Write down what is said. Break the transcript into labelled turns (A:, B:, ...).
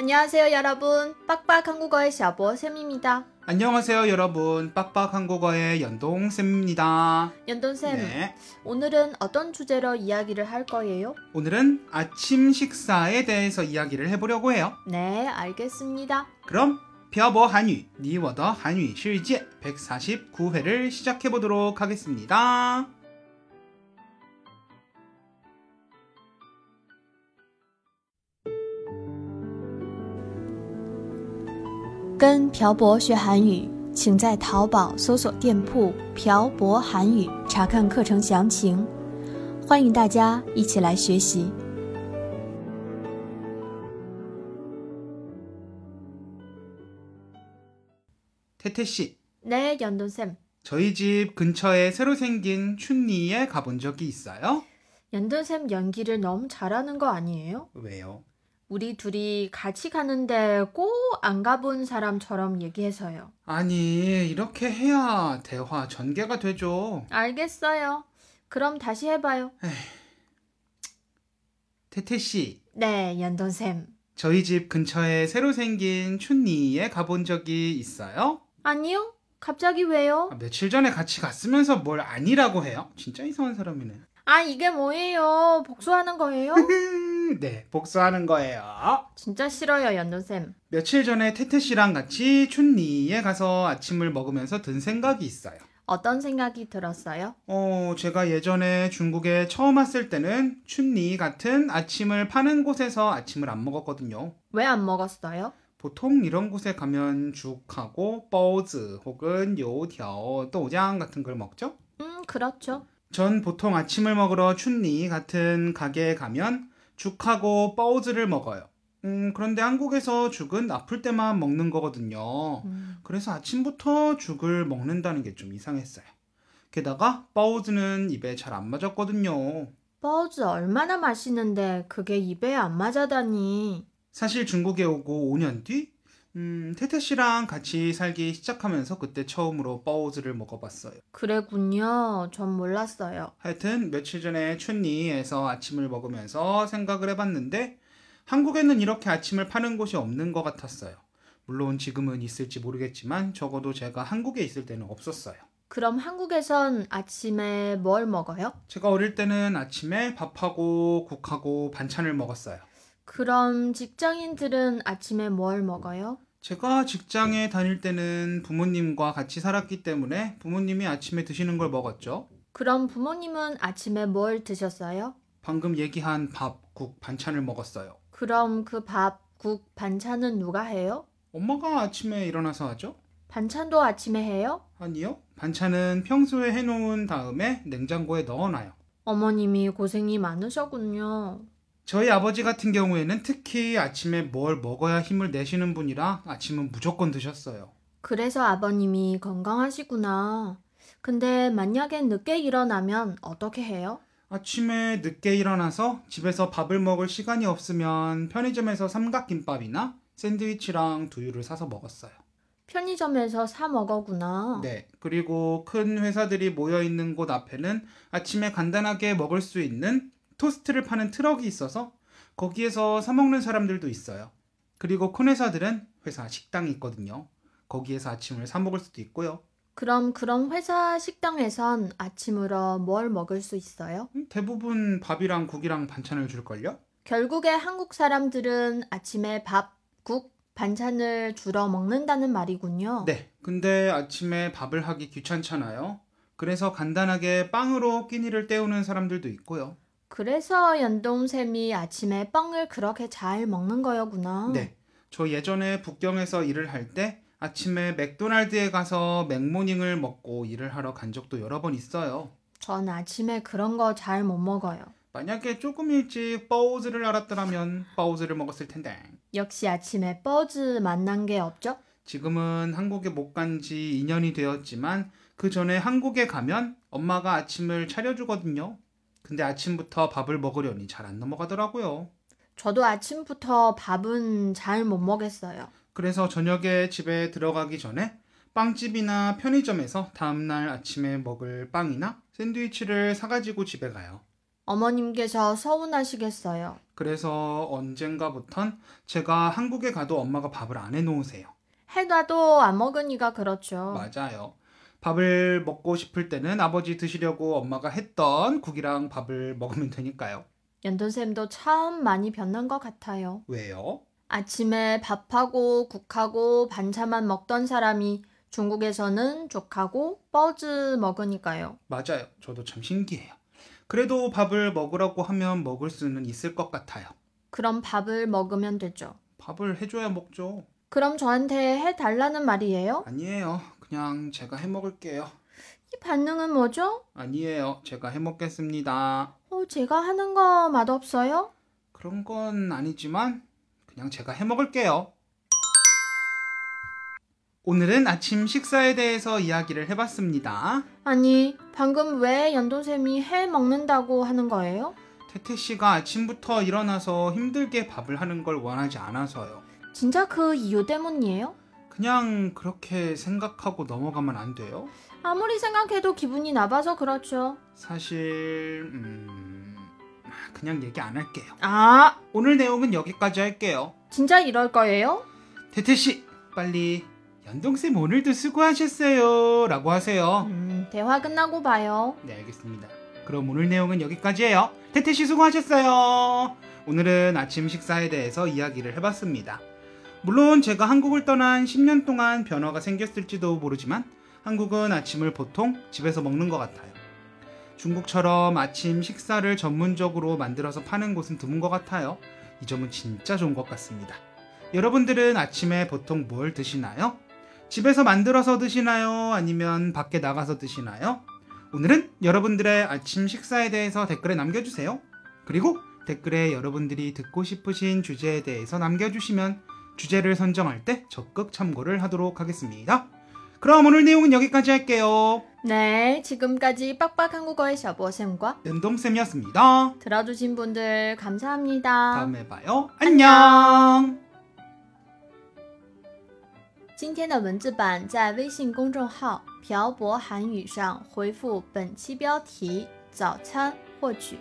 A: 안녕하세요, 여러분. 빡빡 한국어의 샤보 쌤입니다.
B: 안녕하세요 여러분 빡빡 한국어의 연동쌤입니다
A: 연돈 쌤,
B: 네
A: 오늘은 어떤 주제로 이야기를 할 거예요?
B: 오늘은 아침 식사에 대해서 이야기를 해보려고 해요
A: 네, 알겠습니다.
B: 그럼 펴보 한유 니워더 한유 실제 149회를 시작해보도록 하겠습니다
A: 跟朴博学韩语，请在淘宝搜索店铺“朴博韩语”查看课程详情。欢迎大家一起来学习。
B: 태태씨
A: 네, 연돈 쌤.
B: 저희 집 근처에 새로 생긴 춘리에 가본 적이 있어요?
A: 연돈 쌤 연기를 너무 잘하는 거 아니에요?
B: 왜요?
A: 우리 둘이 같이 가는데 꼭 안 가본 사람처럼 얘기해서요.
B: 아니 이렇게 해야 대화 전개가 되죠
A: 알겠어요. 그럼 다시 해봐요.
B: 태태씨
A: 네, 연돈 쌤.
B: 저희 집 근처에 새로 생긴 춘리에 가본 적이 있어요?
A: 아니요? 갑자기 왜요?
B: 아, 며칠 전에 같이 갔으면서 뭘 아니라고 해요? 진짜 이상한 사람이네.
A: 아, 이게 뭐예요? 복수하는 거예요?
B: 네, 복수하는 거예요.
A: 진짜 싫어요, 연돈 쌤.
B: 며칠 전에 태태 씨랑 같이 춘리에 가서 아침을 먹으면서 든 생각이 있어요.
A: 어떤 생각이 들었어요?
B: 어, 제가 예전에 중국에 처음 왔을 때는 춘리 같은 아침을 파는 곳에서 아침을 안 먹었거든요.
A: 왜 안 먹었어요?
B: 보통 이런 곳에 가면 죽하고 뻐즈 혹은 요条, 또장 같은 걸 먹죠?
A: 음, 그렇죠.
B: 전 보통 아침을 먹으러 춘리 같은 가게에 가면 죽하고 뻐우즈를 먹어요. 음, 그런데 한국에서 죽은 아플 때만 먹는 거거든요.
A: 음,
B: 그래서 아침부터 죽을 먹는다는 게 좀 이상했어요. 게다가 뻐우즈는 입에 잘 안 맞았거든요.
A: 버즈 얼마나 맛있는데 그게 입에 안 맞아다니.
B: 사실 중국에 오고 5년 뒤, 음, 태태 씨랑 같이 살기 시작하면서 그때 처음으로 뻐우즈를 먹어봤어요.
A: 그래군요. 전 몰랐어요.
B: 하여튼 며칠 전에 춘리에서 아침을 먹으면서 생각을 해봤는데 한국에는 이렇게 아침을 파는 곳이 없는 것 같았어요. 물론 지금은 있을지 모르겠지만 적어도 제가 한국에 있을 때는 없었어요.
A: 그럼 한국에선 아침에 뭘 먹어요?
B: 제가 어릴 때는 아침에 밥하고 국하고 반찬을 먹었어요.
A: 그럼 직장인들은 아침에 뭘 먹어요?
B: 제가 직장에 다닐 때는 부모님과 같이 살았기 때문에 부모님이 아침에 드시는 걸 먹었죠.
A: 그럼 부모님은 아침에 뭘 드셨어요?
B: 방금 얘기한 밥, 국, 반찬을 먹었어요.
A: 그럼 그 밥, 국, 반찬은 누가 해요?
B: 엄마가 아침에 일어나서 하죠?
A: 반찬도 아침에 해요?
B: 아니요. 반찬은 평소에 해놓은 다음에 냉장고에 넣어놔요.
A: 어머님이 고생이 많으셨군요.
B: 저희 아버지 같은 경우에는 특히 아침에 뭘 먹어야 힘을 내시는 분이라 아침은 무조건 드셨어요.
A: 그래서 아버님이 건강하시구나. 근데 만약에 늦게 일어나면 어떻게 해요?
B: 아침에 늦게 일어나서 집에서 밥을 먹을 시간이 없으면 편의점에서 삼각김밥이나 샌드위치랑 두유를 사서 먹었어요.
A: 편의점에서 사 먹어구나.
B: 네. 그리고 큰 회사들이 모여 있는 곳 앞에는 아침에 간단하게 먹을 수 있는 토스트를 파는 트럭이 있어서 거기에서 사 먹는 사람들도 있어요. 그리고 큰 회사들은 회사 식당이 있거든요. 거기에서 아침을 사 먹을 수도 있고요.
A: 그럼 그런 회사 식당에선 아침으로 뭘 먹을 수 있어요?
B: 음, 대부분 밥이랑 국이랑 반찬을 줄걸요?
A: 결국에 한국 사람들은 아침에 밥, 국, 반찬을 주로 먹는다는 말이군요.
B: 네. 근데 아침에 밥을 하기 귀찮잖아요. 그래서 간단하게 빵으로 끼니를 때우는 사람들도 있고요.
A: 그래서 연동샘이 아침에 빵을 그렇게 잘 먹는 거였구나.
B: 네. 저 예전에 북경에서 일을 할 때 아침에 맥도날드에 가서 맥모닝을 먹고 일을 하러 간 적도 여러 번 있어요.
A: 전 아침에 그런 거 잘 못 먹어요.
B: 만약에 조금 일찍 버우즈를 알았더라면 버우즈를 먹었을 텐데.
A: 역시 아침에 버즈 만난 게 없죠?
B: 지금은 한국에 못 간 지 2년이 되었지만 그 전에 한국에 가면 엄마가 아침을 차려주거든요. 근데 아침부터 밥을 먹으려니 잘 안 넘어가더라고요.
A: 저도 아침부터 밥은 잘 못 먹겠어요.
B: 그래서 저녁에 집에 들어가기 전에 빵집이나 편의점에서 다음날 아침에 먹을 빵이나 샌드위치를 사가지고 집에 가요.
A: 어머님께서 서운하시겠어요.
B: 그래서 언젠가부턴 제가 한국에 가도 엄마가 밥을 안 해놓으세요.
A: 해놔도 안 먹으니까 그렇죠.
B: 맞아요. 밥을 먹고 싶을 때는 아버지 드시려고 엄마가 했던 국이랑 밥을 먹으면 되니까요.
A: 연돈쌤도 참 많이 변한 것 같아요.
B: 왜요?
A: 아침에 밥하고 국하고 반찬만 먹던 사람이 중국에서는 족하고 뻐즈 먹으니까요.
B: 맞아요. 저도 참 신기해요. 그래도 밥을 먹으라고 하면 먹을 수는 있을 것 같아요.
A: 그럼 밥을 먹으면 되죠.
B: 밥을 해줘야 먹죠.
A: 그럼 저한테 해달라는 말이에요?
B: 아니에요. 그냥 제가 해 먹을게요.
A: 이 반응은 뭐죠?
B: 아니에요. 제가 해 먹겠습니다.
A: 어, 제가 하는 거 맛없어요?
B: 그런 건 아니지만 그냥 제가 해 먹을게요. 오늘은 아침 식사에 대해서 이야기를 해봤습니다.
A: 아니, 방금 왜 연돈쌤이 해 먹는다고 하는 거예요?
B: 태태 씨가 아침부터 일어나서 힘들게 밥을 하는 걸 원하지 않아서요.
A: 진짜 그 이유 때문이에요?
B: 그냥 그렇게 생각하고 넘어가면 안 돼요.
A: 아무리 생각해도 기분이 나빠서 그렇죠.
B: 사실 음, 그냥 얘기 안 할게요.
A: 아,
B: 오늘 내용은 여기까지 할게요.
A: 진짜 이럴 거예요?
B: 태태 씨, 빨리 연동쌤 오늘도 수고하셨어요라고 하세요.
A: 음, 대화 끝나고 봐요.
B: 네, 알겠습니다. 그럼 오늘 내용은 여기까지예요. 태태 씨 수고하셨어요. 오늘은 아침 식사에 대해서 이야기를 해봤습니다. 물론 제가 한국을 떠난 10년 동안 변화가 생겼을지도 모르지만 한국은 아침을 보통 집에서 먹는 것 같아요. 중국처럼 아침 식사를 전문적으로 만들어서 파는 곳은 드문 것 같아요. 이 점은 진짜 좋은 것 같습니다. 여러분들은 아침에 보통 뭘 드시나요? 집에서 만들어서 드시나요? 아니면 밖에 나가서 드시나요? 오늘은 여러분들의 아침 식사에 대해서 댓글에 남겨주세요. 그리고 댓글에 여러분들이 듣고 싶으신 주제에 대해서 남겨주시면 주제를 선정할 때 적극 참고를 하도록 하겠습니다. 그럼 오늘 내용은 여기까지 할게요.
A: 네, 지금까지 빡빡 한국어의 샤보쌤과
B: 연동쌤이었습니다.
A: 들어주신 분들 감사합니다.
B: 다음에 봐요. 안녕.
A: 今天的文字版在微信公众号“漂泊韩语”上回复本期标题“早餐”获取。